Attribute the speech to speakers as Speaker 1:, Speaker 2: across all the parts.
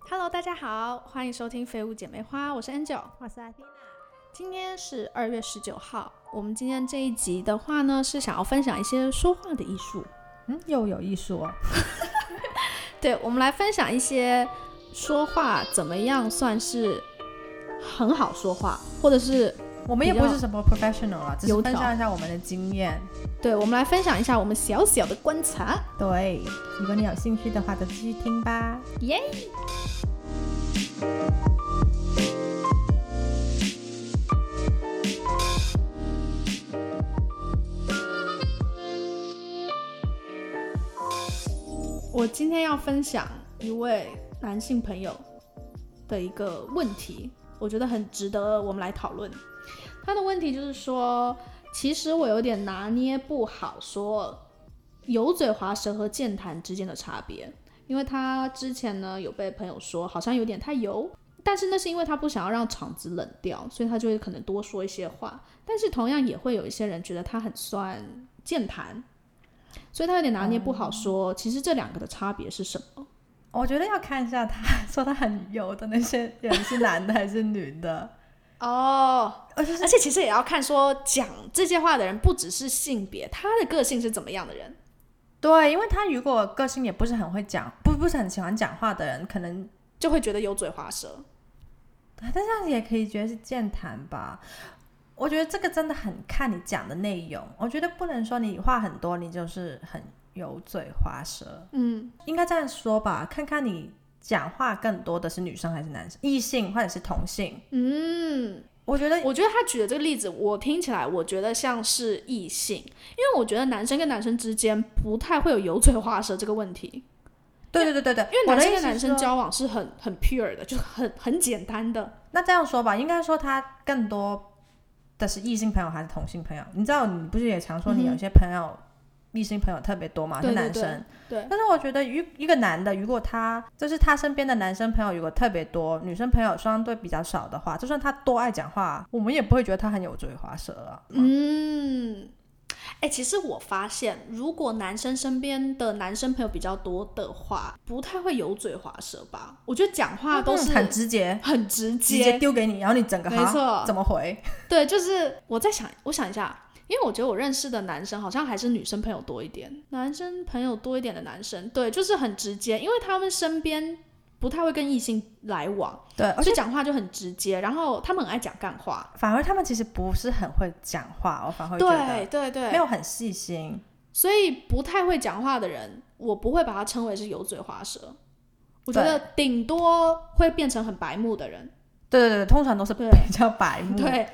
Speaker 1: Hello，大家好，欢迎收听《废物姐妹花》，我是 Angel。
Speaker 2: 我是阿蒂娜。
Speaker 1: 今天是二月十九号，我们今天这一集的话呢，是想要分享一些说话的艺术。
Speaker 2: 嗯，又有艺术哦。
Speaker 1: 对，我们来分享一些说话怎么样算是很好说话，或者是
Speaker 2: 我们也
Speaker 1: 比较
Speaker 2: 不是什么 professional 啊，只
Speaker 1: 油条
Speaker 2: 是分享一下我们的经验。
Speaker 1: 对，我们来分享一下我们小小的观察。
Speaker 2: 对，如果你有兴趣的话，就继续听吧。
Speaker 1: 耶！我今天要分享一位男性朋友的一个问题，我觉得很值得我们来讨论。他的问题就是说，其实我有点拿捏不好说油嘴滑舌和健谈之间的差别。因为他之前呢有被朋友说好像有点太油，但是那是因为他不想要让场子冷掉，所以他就会可能多说一些话。但是同样也会有一些人觉得他很算健谈，所以他有点拿捏不好说，其实这两个的差别是什么？
Speaker 2: 我觉得要看一下他 说他很油的那些人是男的还是女 的。
Speaker 1: 哦，
Speaker 2: 而且
Speaker 1: 而且其实也要看说讲这些话的人不只是性别，他的个性是怎么样的人。
Speaker 2: 对，因为他如果个性也不是很会讲，不不是很喜欢讲话的人，可能
Speaker 1: 就会觉得油嘴滑舌，
Speaker 2: 但这样子也可以觉得是健谈吧。我觉得这个真的很看你讲的内容，我觉得不能说你话很多，你就是很油嘴滑舌。
Speaker 1: 嗯，
Speaker 2: 应该这样说吧，看看你讲话更多的是女生还是男生，异性或者是同性。
Speaker 1: 嗯，
Speaker 2: 我觉得
Speaker 1: 我觉得他举的这个例子，我听起来我觉得像是异性，因为我觉得男生跟男生之间不太会有油嘴滑舌这个问题，
Speaker 2: 对对对对对，
Speaker 1: 因为
Speaker 2: 我
Speaker 1: 男
Speaker 2: 的
Speaker 1: 生
Speaker 2: 意
Speaker 1: 跟
Speaker 2: 思
Speaker 1: 男
Speaker 2: 是
Speaker 1: 生
Speaker 2: 说
Speaker 1: 交往是很很 pure 的，就是很很简单的。
Speaker 2: 那这样说吧，应该说他更多的是异性朋友还是同性朋友？你知道，你不是也常说你
Speaker 1: 嗯哼
Speaker 2: 有些朋友、异性朋友特别多嘛，
Speaker 1: 对
Speaker 2: 啊是
Speaker 1: 对
Speaker 2: 男
Speaker 1: 对
Speaker 2: 生。
Speaker 1: 对，
Speaker 2: 但是我觉得，一一个男的，如果他就是他身边的男生朋友如果特别多，女生朋友相对比较少的话，就算他多爱讲话，我们也不会觉得他很有嘴滑舌啊。
Speaker 1: 嗯，哎、其实我发现，如果男生身边的男生朋友比较多的话，不太会油嘴滑舌吧？我觉得讲话都是
Speaker 2: 嗯很直接，
Speaker 1: 很直
Speaker 2: 直
Speaker 1: 接
Speaker 2: 接，丢给你，然后你整个
Speaker 1: 没
Speaker 2: 哈
Speaker 1: 错，
Speaker 2: 怎么回？
Speaker 1: 对，就是我在想，我想一下，因为我觉得我认识的男生好像还是女生朋友多一点，男生朋友多一点的男生，对，就是很直接，因为他们身边不太会跟异性来往，
Speaker 2: 对，而
Speaker 1: 所
Speaker 2: 且
Speaker 1: 以讲话就很直接，然后他们很爱讲干话，
Speaker 2: 反而他们其实不是很会讲话，我反而会觉
Speaker 1: 对
Speaker 2: 得
Speaker 1: 对对，
Speaker 2: 没有很细心。
Speaker 1: 所以不太会讲话的人，我不会把他称为是油嘴滑舌，我觉得顶多会变成很白目的人，
Speaker 2: 对对对，通常都是
Speaker 1: 对
Speaker 2: 比较白目。
Speaker 1: 对，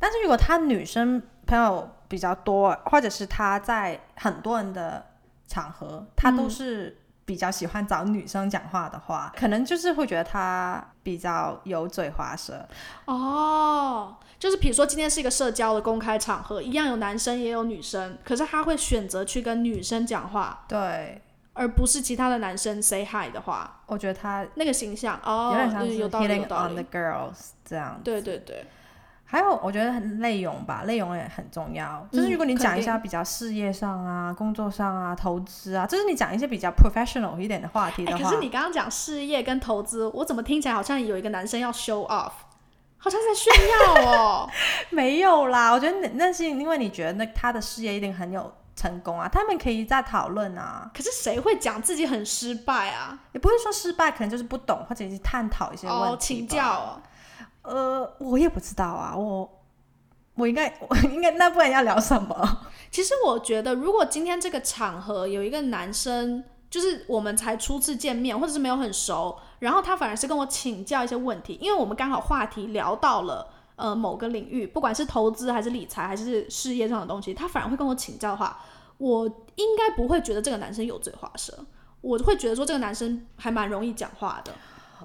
Speaker 2: 但是如果他女生朋友比较多，或者是他在很多人的场合，他都
Speaker 1: 嗯
Speaker 2: 是比较喜欢找女生讲话的话，可能就是会觉得他比较油嘴滑舌。
Speaker 1: 哦，就是比如说今天是一个社交的公开场合，一样有男生也有女生，可是他会选择去跟女生讲话，
Speaker 2: 对，
Speaker 1: 而不是其他的男生 say hi 的话，
Speaker 2: 我觉得他
Speaker 1: 那个形象
Speaker 2: 有
Speaker 1: 哦，
Speaker 2: 点像
Speaker 1: 嗯
Speaker 2: 是
Speaker 1: 有道理
Speaker 2: hitting
Speaker 1: 有道
Speaker 2: on the
Speaker 1: 理，
Speaker 2: girls 这样
Speaker 1: 对对对，
Speaker 2: 还有，我觉得很内容吧，内容也很重要。就是如果你
Speaker 1: 嗯肯
Speaker 2: 讲一下
Speaker 1: 定
Speaker 2: 比较事业上啊、工作上啊、投资啊，就是你讲一些比较 professional 一点的话题
Speaker 1: 哎
Speaker 2: 的
Speaker 1: 可
Speaker 2: 话，
Speaker 1: 是你刚刚讲事业跟投资，我怎么听起来好像有一个男生要 show off，好像在炫耀哦，
Speaker 2: 没有啦。我觉得那那是因为你觉得那他的事业一定很有成功啊，他们可以再讨论啊，
Speaker 1: 可是谁会讲自己很失败啊？
Speaker 2: 也不会说失败，可能就是不懂或者是探讨一些问题、
Speaker 1: 哦，请教。哦，
Speaker 2: 呃，我也不知道啊，我我应该 我应该那不然要聊什么？
Speaker 1: 其实我觉得，如果今天这个场合有一个男生，就是我们才初次见面，或者是没有很熟，然后他反而是跟我请教一些问题，因为我们刚好话题聊到了呃某个领域，不管是投资还是理财还是事业上的东西，他反而会跟我请教的话，我应该不会觉得这个男生油嘴滑舌，我会觉得说这个男生还蛮容易讲话的，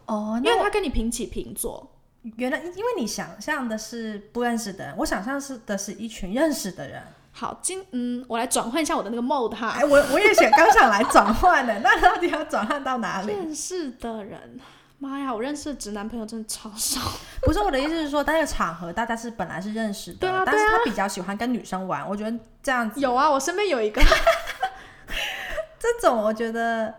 Speaker 2: 哦，
Speaker 1: 因为他跟你平起平坐。
Speaker 2: 原来，因为你想象的是不认识的人，我想象是的是一群认识的人。
Speaker 1: 好，今嗯，我来转换一下我的那个 mode 哈。
Speaker 2: 哎，我我也想刚想来转换的， 那到底要转换到哪里？
Speaker 1: 认识的人，妈呀，我认识的直男朋友真的超少。
Speaker 2: 不是我的意思是说，那个场合大家是本来是认识的，
Speaker 1: 对啊
Speaker 2: 但是他比较喜欢跟女生玩。我觉得这样子，
Speaker 1: 有啊，我身边有一个，
Speaker 2: 这种我觉得，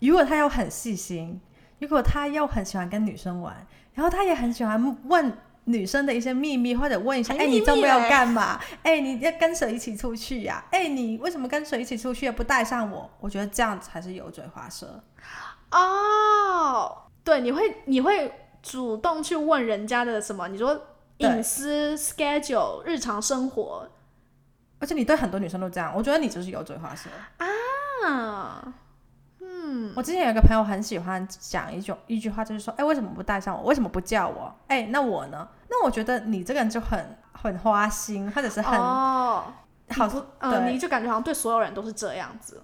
Speaker 2: 如果他有很细心，如果他又很喜欢跟女生玩，然后他也很喜欢问女生的一些秘密，或者问一下，
Speaker 1: 很
Speaker 2: 哎，你
Speaker 1: 秘
Speaker 2: 周
Speaker 1: 密
Speaker 2: 末要
Speaker 1: 嘞
Speaker 2: 干嘛？哎，你要跟谁一起出去呀、哎，你为什么跟谁一起出去也不带上我？我觉得这样才是油嘴滑舌。
Speaker 1: 哦，对，你会你会主动去问人家的什么？你说
Speaker 2: 对
Speaker 1: 隐私、schedule、日常生活
Speaker 2: 而且你对很多女生都这样，我觉得你就是油嘴滑舌。
Speaker 1: 啊，嗯，
Speaker 2: 我之前有一个朋友很喜欢讲一种一句话，就是说，哎，为什么不带上我？为什么不叫我？哎，那我呢？那我觉得你这个人就很很花心，或者是很、
Speaker 1: 哦，
Speaker 2: 好，
Speaker 1: 嗯，
Speaker 2: 对
Speaker 1: 你就感觉好像对所有人都是这样子，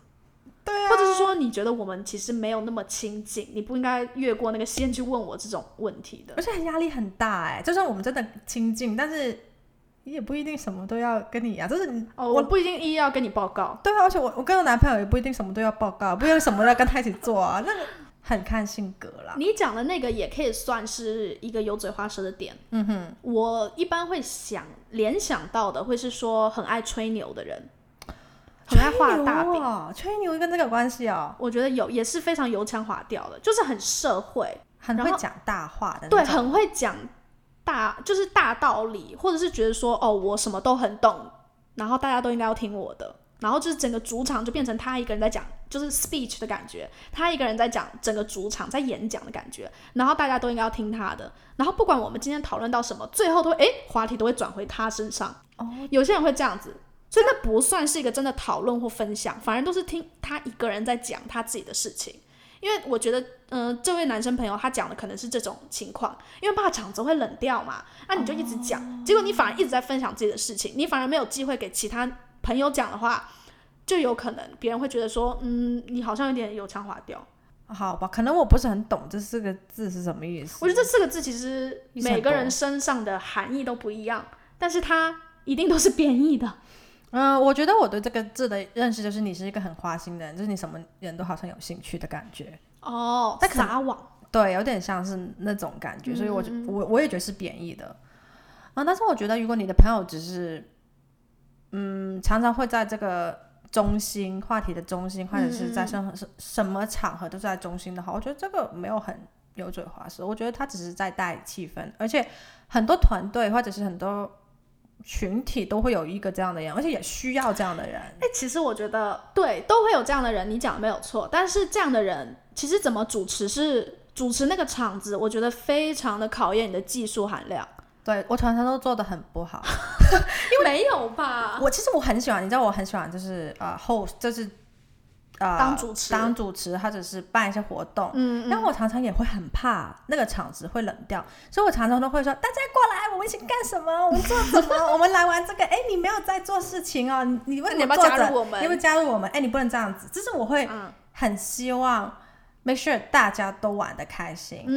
Speaker 2: 对啊，
Speaker 1: 或者是说你觉得我们其实没有那么亲近，你不应该越过那个线去问我这种问题的
Speaker 2: 而。且压力很大哎、就算我们真的亲近，但是也不一定什么都要跟你呀、就是你
Speaker 1: 哦，
Speaker 2: 我
Speaker 1: 我不一定一一要跟你报告。
Speaker 2: 对啊，而且我我跟我男朋友也不一定什么都要报告，不一定什么都要跟他一起做啊， 那个很看性格啦。
Speaker 1: 你讲的那个也可以算是一个油嘴滑舌的点。
Speaker 2: 嗯哼，
Speaker 1: 我一般会想联想到的会是说很爱吹牛的人，很爱画大饼。
Speaker 2: 饼，吹牛啊跟这个有关系哦，
Speaker 1: 我觉得有也是非常油腔滑调的，就是很社会，
Speaker 2: 很
Speaker 1: 然
Speaker 2: 会
Speaker 1: 后
Speaker 2: 讲大话的那种。
Speaker 1: 对，很会讲大就是大道理，或者是觉得说哦我什么都很懂，然后大家都应该要听我的。然后就是整个主场就变成他一个人在讲，就是 speech 的感觉，他一个人在讲整个主场在演讲的感觉，然后大家都应该要听他的。然后不管我们今天讨论到什么，最后都会诶话题都会转回他身上。
Speaker 2: 哦，
Speaker 1: 有些人会这样子，所以那不算是一个真的讨论或分享，反而都是听他一个人在讲他自己的事情。因为我觉得，嗯、这位男生朋友他讲的可能是这种情况，因为怕场子会冷掉嘛，那你就一直讲，
Speaker 2: 哦
Speaker 1: 结果你反而一直在分享自己的事情，你反而没有机会给其他朋友讲的话，就有可能别人会觉得说，嗯，你好像有点油腔滑调。
Speaker 2: 好吧，可能我不是很懂这四个字是什么意思。
Speaker 1: 我觉得这四个字其实
Speaker 2: 意思很
Speaker 1: 每个人
Speaker 2: 多
Speaker 1: 身上的含义都不一样，但是它一定都是贬义的。
Speaker 2: 嗯，我觉得我对这个字的认识就是你是一个很花心的人，就是你什么人都好像有兴趣的感觉。
Speaker 1: 哦，
Speaker 2: 那可能
Speaker 1: 撒网。
Speaker 2: 对，有点像是那种感觉，所以我就
Speaker 1: 嗯嗯嗯
Speaker 2: 我我也觉得是贬义的啊。但是我觉得，如果你的朋友只是，嗯，常常会在这个中心话题的中心，或者是在
Speaker 1: 嗯嗯嗯
Speaker 2: 任何什什么场合都是在中心的话，我觉得这个没有很油嘴滑舌，我觉得他只是在带气氛，而且很多团队或者是很多群体都会有一个这样的人，而且也需要这样的人。
Speaker 1: 哎、其实我觉得对，都会有这样的人，你讲的没有错。但是这样的人，其实怎么主持是主持那个场子，我觉得非常的考验你的技术含量。
Speaker 2: 对我常常都做的很不好。
Speaker 1: 因为没有吧？
Speaker 2: 我其实我很喜欢，你知道我很喜欢就是呃 host，就是呃
Speaker 1: 啊当主持
Speaker 2: 当主持或者是办一些活动。
Speaker 1: 嗯，
Speaker 2: 但我常常也会很怕那个场子会冷掉，所以我常常都会说：“大家过来，我们一起干什么？我们做什 么？我们来玩这个。哎，你没有在做事情哦，你你为什
Speaker 1: 你
Speaker 2: 么
Speaker 1: 要不要
Speaker 2: 坐
Speaker 1: 加
Speaker 2: 着
Speaker 1: 入我们
Speaker 2: 你要不要加入我们？哎，你不能这样子。”就是我会
Speaker 1: 嗯
Speaker 2: 很希望 make sure 大家都玩的开心。
Speaker 1: 嗯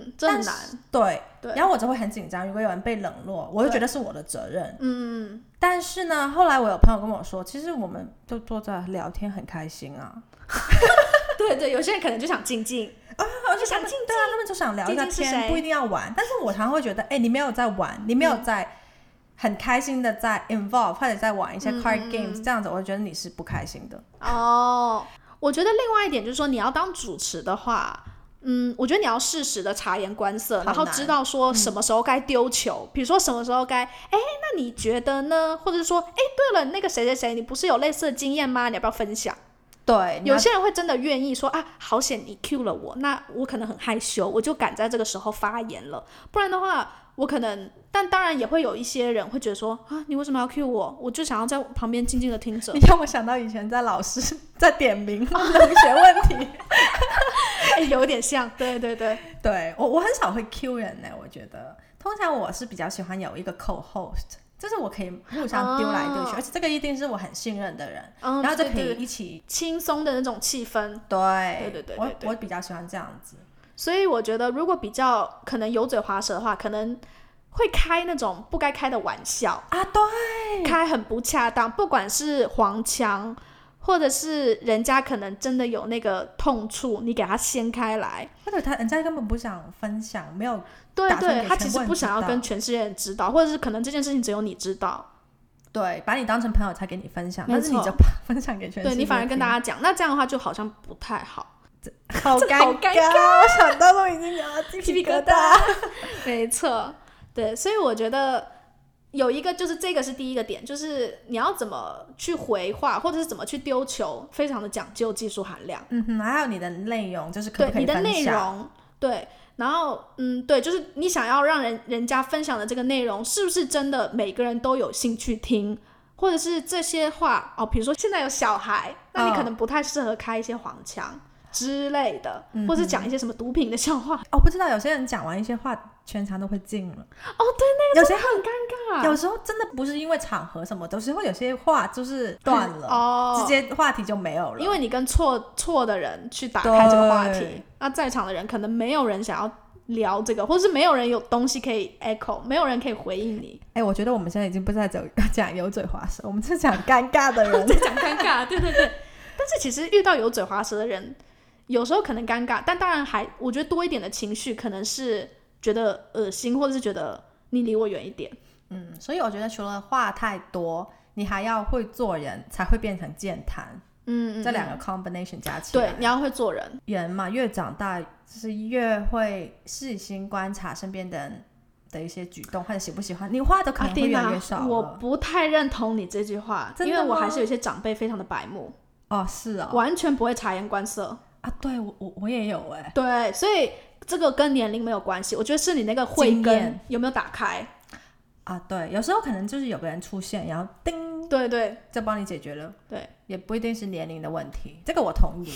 Speaker 1: 嗯，这很
Speaker 2: 但是
Speaker 1: 难。
Speaker 2: 对，
Speaker 1: 对
Speaker 2: 然后我就会很紧张，如果有人被冷落，我就觉得是我的责任。
Speaker 1: 嗯嗯，
Speaker 2: 但是呢，后来我有朋友跟我说，其实我们就坐在聊天很开心啊，
Speaker 1: 对对，有些人可能就想静 静，
Speaker 2: 我就想进对啊，他们就想聊一下
Speaker 1: 静静是
Speaker 2: 天，
Speaker 1: 谁
Speaker 2: 不一定要玩。但是我常常会觉得，哎、你没有在玩，你没有在很开心的在 involve 或者在玩一些
Speaker 1: 嗯
Speaker 2: card
Speaker 1: 嗯
Speaker 2: games，、这样子，我就觉得你是不开心的。
Speaker 1: 哦，我觉得另外一点就是说，你要当主持的话，嗯，我觉得你要适时的察言观色，
Speaker 2: 好
Speaker 1: 然后
Speaker 2: 难
Speaker 1: 知道说什么时候该丢球，比如说什么时候该，哎，那你觉得呢？或者是说，哎，对了，那个谁谁谁，你不是有类似的经验吗？你要不要分享？
Speaker 2: 对，
Speaker 1: 有些人会真的愿意说啊，好险你 Q 了我，那我可能很害羞，我就敢在这个时候发言了，不然的话，我可能，但当然也会有一些人会觉得说啊，你为什么要 Q 我？我就想要在旁边静静的听着
Speaker 2: 你。让我想到以前在老师 在 点名同学问题，
Speaker 1: 哎，有点像，对对对，
Speaker 2: 对我我很少会 Q 人呢、欸我觉得通常我是比较喜欢有一个 co host，就是我可以互相丢来丢去，
Speaker 1: 哦
Speaker 2: 而且这个一定是我很信任的人。
Speaker 1: 嗯，
Speaker 2: 然后就
Speaker 1: 对
Speaker 2: 可
Speaker 1: 对
Speaker 2: 以
Speaker 1: 对
Speaker 2: 一起
Speaker 1: 轻松的那种气氛。对
Speaker 2: 对
Speaker 1: 对对对
Speaker 2: 我
Speaker 1: 对
Speaker 2: 我比较喜欢这样子。
Speaker 1: 所以我觉得，如果比较可能油嘴滑舌的话，可能会开那种不该开的玩笑
Speaker 2: 啊对，
Speaker 1: 开很不恰当，不管是黄腔，或者是人家可能真的有那个痛处，你给他掀开来。
Speaker 2: 或者他人家根本不想分享，没有
Speaker 1: 对
Speaker 2: 打算
Speaker 1: 对，
Speaker 2: 给
Speaker 1: 他
Speaker 2: 全
Speaker 1: 其实
Speaker 2: 部人
Speaker 1: 不
Speaker 2: 知
Speaker 1: 想要
Speaker 2: 道
Speaker 1: 跟全世界人知道，或者是可能这件事情只有你知道。
Speaker 2: 对把你当成朋友才给你分享，
Speaker 1: 没
Speaker 2: 但是你
Speaker 1: 错
Speaker 2: 就把分享给全世界
Speaker 1: 对
Speaker 2: 听，
Speaker 1: 你反而跟大家讲，那这样的话就好像不太好。好
Speaker 2: 这好
Speaker 1: 尴
Speaker 2: 尴尬，我想到都已经啊鸡
Speaker 1: 鸡皮
Speaker 2: 皮
Speaker 1: 疙瘩
Speaker 2: 疙瘩。
Speaker 1: 没错，对，所以我觉得有一个就是这个是第一个点，就是你要怎么去回话，或者是怎么去丢球，非常的讲究技术含量。
Speaker 2: 嗯哼，还有你的内容，就是可
Speaker 1: 对
Speaker 2: 不可
Speaker 1: 你
Speaker 2: 以
Speaker 1: 的
Speaker 2: 分
Speaker 1: 内
Speaker 2: 享？
Speaker 1: 容，对，然后嗯，对，就是你想要让人人家分享的这个内容，是不是真的每个人都有兴趣听？或者是这些话哦，比如说现在有小孩，那你可
Speaker 2: 嗯
Speaker 1: 能不太适合开一些黄腔之类的，
Speaker 2: 嗯
Speaker 1: 或是讲一些什么毒品的笑话，
Speaker 2: 哦，不知道有些人讲完一些话，全场都会静了。
Speaker 1: 哦，
Speaker 2: 对，那有些
Speaker 1: 真的很尴尬。
Speaker 2: 有时候真的不是因为场合什么，有时候有些话就是断 了，
Speaker 1: 哦，
Speaker 2: 直接话题就没有了。
Speaker 1: 因
Speaker 2: 为
Speaker 1: 为你跟错错的人去打开这个话题
Speaker 2: 对，
Speaker 1: 那在场的人可能没有人想要聊这个，或者是没有人有东西可以 echo，没有人可以回应 你，
Speaker 2: 哎，我觉得我们现在已经不再讲 讲油嘴滑舌，我们是讲尴尬的人。
Speaker 1: 在讲尴尬， 对对对。但是其实遇到有嘴滑舌的人，有时候可能尴尬，但当然还我觉得多一点的情绪可能是觉得恶心，或者是觉得你离我远一点。
Speaker 2: 嗯，所以我觉得除了话太多，你还要会做人，才会变成健谈。
Speaker 1: 嗯，嗯
Speaker 2: 这两
Speaker 1: 嗯
Speaker 2: 个 combination 加起来，
Speaker 1: 对，你要会做人，
Speaker 2: 人嘛，越长大就是越会细心观察身边的人的一些举动，或者喜不喜欢。你话都可
Speaker 1: 阿
Speaker 2: 能会
Speaker 1: 丁
Speaker 2: 越来
Speaker 1: 啊
Speaker 2: 越少，
Speaker 1: 我
Speaker 2: 了。
Speaker 1: 不太认同你这句话，
Speaker 2: 真
Speaker 1: 因
Speaker 2: 的
Speaker 1: 为我还
Speaker 2: 吗
Speaker 1: 是有一些长辈非常的白目，
Speaker 2: 哦，是啊、
Speaker 1: 完全不会察言观色。
Speaker 2: 啊，对我我我也有哎、
Speaker 1: 对，所以这个跟年龄没有关系，我觉得是你那个慧
Speaker 2: 经
Speaker 1: 根
Speaker 2: 验
Speaker 1: 有没有打开。
Speaker 2: 啊，对，有时候可能就是有个人出现，然后叮
Speaker 1: 对对
Speaker 2: 就帮你解决了，
Speaker 1: 对，
Speaker 2: 也不一定是年龄的问题，这个我同意。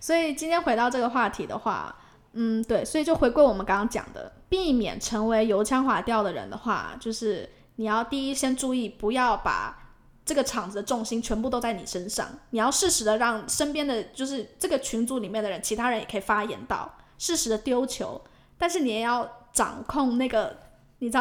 Speaker 1: 所以今天回到这个话题的话，嗯，对，所以就回归我们刚刚讲的，避免成为油腔滑调的人的话，就是你要第一先注意，不要把这个场子的重心全部都在你身上，你要适时的让身边的就是这个群组里面的人，其他人也可以发言到，适时的丢球，但是你也要掌控那个，你知道，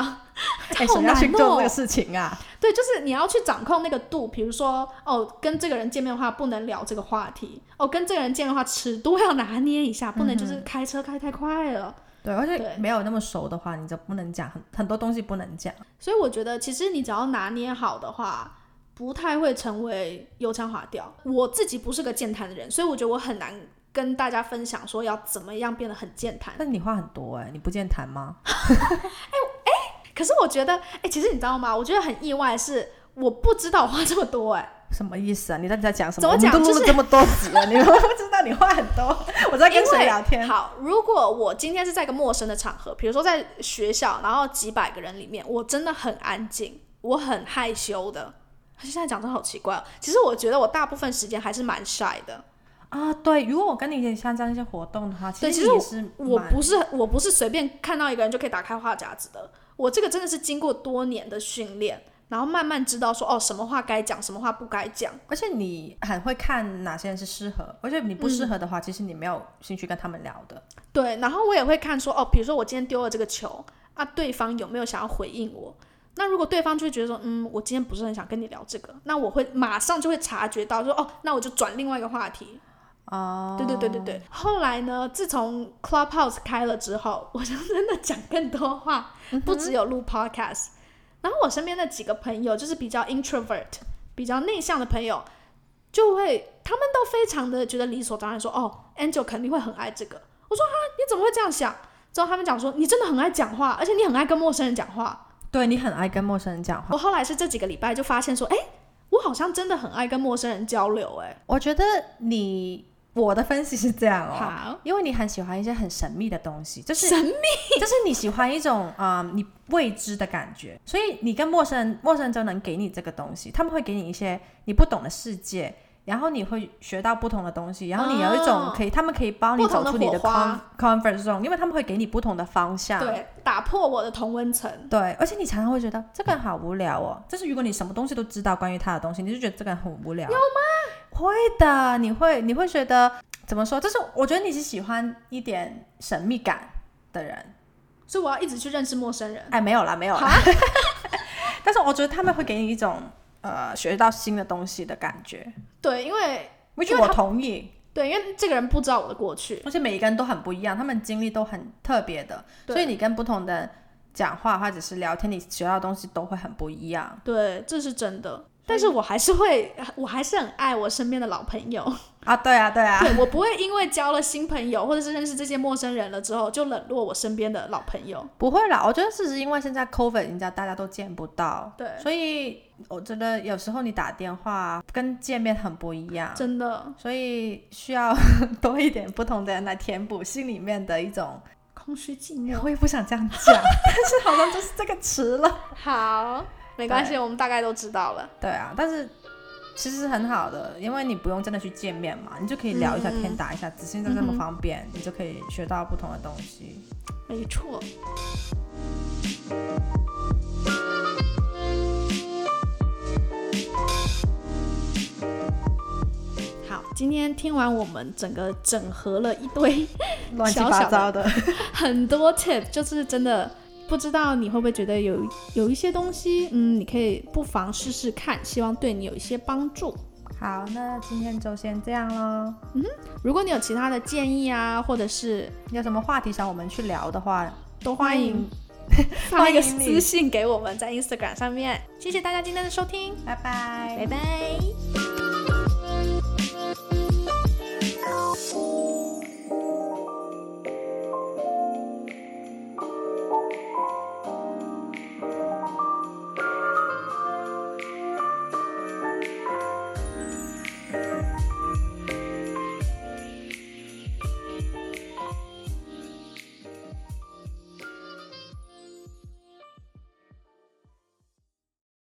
Speaker 1: 好
Speaker 2: 哎、谁要
Speaker 1: 难
Speaker 2: 去
Speaker 1: 哦
Speaker 2: 做这个事情啊？
Speaker 1: 对，就是你要去掌控那个度，比如说哦，跟这个人见面的话不能聊这个话题，哦，跟这个人见面的话尺度要拿捏一下，不能就是开车开太快了。
Speaker 2: 对，而
Speaker 1: 对
Speaker 2: 且没有那么熟的话，你就不能讲很很多东西不能讲。
Speaker 1: 所以我觉得，其实你只要拿捏好的话，不太会成为油腔滑调。我自己不是个健谈的人，所以我觉得我很难跟大家分享说要怎么样变得很健谈。
Speaker 2: 但你话很多哎、你不健谈吗？
Speaker 1: 可是我觉得，哎，其实你知道吗？我觉得很意外是，我不知道我话这么多，哎，
Speaker 2: 什么意思啊？你到底在讲什
Speaker 1: 怎
Speaker 2: 么？
Speaker 1: 么
Speaker 2: 我们
Speaker 1: 讲
Speaker 2: 都录
Speaker 1: 就
Speaker 2: 了
Speaker 1: 是
Speaker 2: 这么多集了，你们不知道你话很多，我在
Speaker 1: 因
Speaker 2: 跟
Speaker 1: 为
Speaker 2: 谁聊天？
Speaker 1: 好，如果我今天是在一个陌生的场合，比如说在学校，然后几百个人里面，我真的很安静，我很害羞的。现在讲真的好奇怪、哦，其实我觉得我大部分时间还是蛮 shy 的，
Speaker 2: 啊，对，如果我跟你一起参加一些活动的话，
Speaker 1: 对
Speaker 2: 实
Speaker 1: 其实
Speaker 2: 也是
Speaker 1: 我
Speaker 2: 蛮
Speaker 1: 不是我不是随便看到一个人就可以打开话匣子的，我这个真的是经过多年的训练，然后慢慢知道说哦什么话该讲，什么话不该讲。
Speaker 2: 而且你很会看哪些人是适合，而且你不适合的话，
Speaker 1: 嗯
Speaker 2: 其实你没有兴趣跟他们聊的。
Speaker 1: 对，然后我也会看说，哦，比如说我今天丢了这个球啊，对方有没有想要回应我？那如果对方就会觉得说，嗯，我今天不是很想跟你聊这个，那我会马上就会察觉到说，哦，那我就转另外一个话题。
Speaker 2: 哦，
Speaker 1: 对对对对对。后来呢，自从 Clubhouse 开了之后，我就真的讲更多话，不只有录 podcast。然后我身边的几个朋友，就是比较 introvert、比较内向的朋友，就会他们都非常的觉得理所当然说，哦，Angel 肯定会很爱这个。我说哈，你怎么会这样想？之后他们讲说，你真的很爱讲话，而且你很爱跟陌生人讲话。
Speaker 2: 对你很爱跟陌生人讲话。
Speaker 1: 我后来是这几个礼拜就发现说，哎，我好像真的很爱跟陌生人交流、哎诶
Speaker 2: 我觉得你我的分析是这样
Speaker 1: 哎，
Speaker 2: 哦，
Speaker 1: 好，
Speaker 2: 因为你很喜欢一些很神秘的东西，就是
Speaker 1: 神秘
Speaker 2: 就是你喜欢一种啊、呃你未知的感觉，所以你跟陌生人，陌生人就能给你这个东西，他们会给你一些你不懂的世界，然后你会学到不同的东西，然后你有一种
Speaker 1: 哦
Speaker 2: 可以，他们可以帮你
Speaker 1: 不同
Speaker 2: 走
Speaker 1: 的
Speaker 2: 出你的
Speaker 1: 火花
Speaker 2: con comfort zone，因为他们会给你不同的方向。
Speaker 1: 对，打破我的同温层。
Speaker 2: 对，而且你常常会觉得这个人好无聊哦。就是如果你什么东西都知道关于他的东西，你就觉得这个人很无聊。有吗？会的，你会你会觉得怎么说？就是我觉得你是喜欢一点神秘感的人。
Speaker 1: 所以我要一直去认识陌生人。
Speaker 2: 哎，没有啦，没有啦。 但是我觉得他们会给你一种呃学到新的东西的感觉
Speaker 1: 对，因为
Speaker 2: ，which
Speaker 1: 因为
Speaker 2: 我
Speaker 1: 他
Speaker 2: 同意。
Speaker 1: 对，因为这个人不知道我的过去，
Speaker 2: 而且每一个人都很不一样，他们经历都很特别的，
Speaker 1: 对
Speaker 2: 所以你跟不同的人讲话或者是聊天，你学到的东西都会很不一样。
Speaker 1: 对，这是真的。但是我还是会，我还是很爱我身边的老朋友，
Speaker 2: 啊，对啊，对啊，
Speaker 1: 对我不会因为交了新朋友，或者是认识这些陌生人了之后，就冷落我身边的老朋友。
Speaker 2: 不会啦，我觉得只是因为现在 COVID，人家大家都见不到，
Speaker 1: 对，
Speaker 2: 所以我觉得有时候你打电话跟见面很不一样，
Speaker 1: 真的
Speaker 2: 所以需要 多一点不同的人来填补心里面的一种。
Speaker 1: 空虚寂寞。
Speaker 2: 我也不想这样讲， 但是好像就是这个词了。
Speaker 1: 好，没关系，我们大概都知道了。
Speaker 2: 对啊，但是其实很好的，因为你不用真的去见面嘛，你就可以聊一下
Speaker 1: 嗯嗯
Speaker 2: 天，打一下字，现在这
Speaker 1: 嗯
Speaker 2: 么
Speaker 1: 哼
Speaker 2: 方便，你就可以学到不同的东西。
Speaker 1: 没错。好，今天听完我们整个整合了一堆
Speaker 2: 乱七
Speaker 1: 小
Speaker 2: 八
Speaker 1: 小的
Speaker 2: 糟的，
Speaker 1: 很多 tip，就是真的不知道你会不会觉得有有一些东西，嗯，你可以不妨试试看，希望对你有一些帮助。
Speaker 2: 好，那今天就先这样喽。
Speaker 1: 如果你有其他的建议啊，或者是
Speaker 2: 有什么话题想我们去聊的话，
Speaker 1: 都欢迎发
Speaker 2: 欢
Speaker 1: 一个
Speaker 2: 迎你
Speaker 1: 私信给我们，在 Instagram 上面。谢谢大家今天的收听，
Speaker 2: 拜拜
Speaker 1: 拜拜。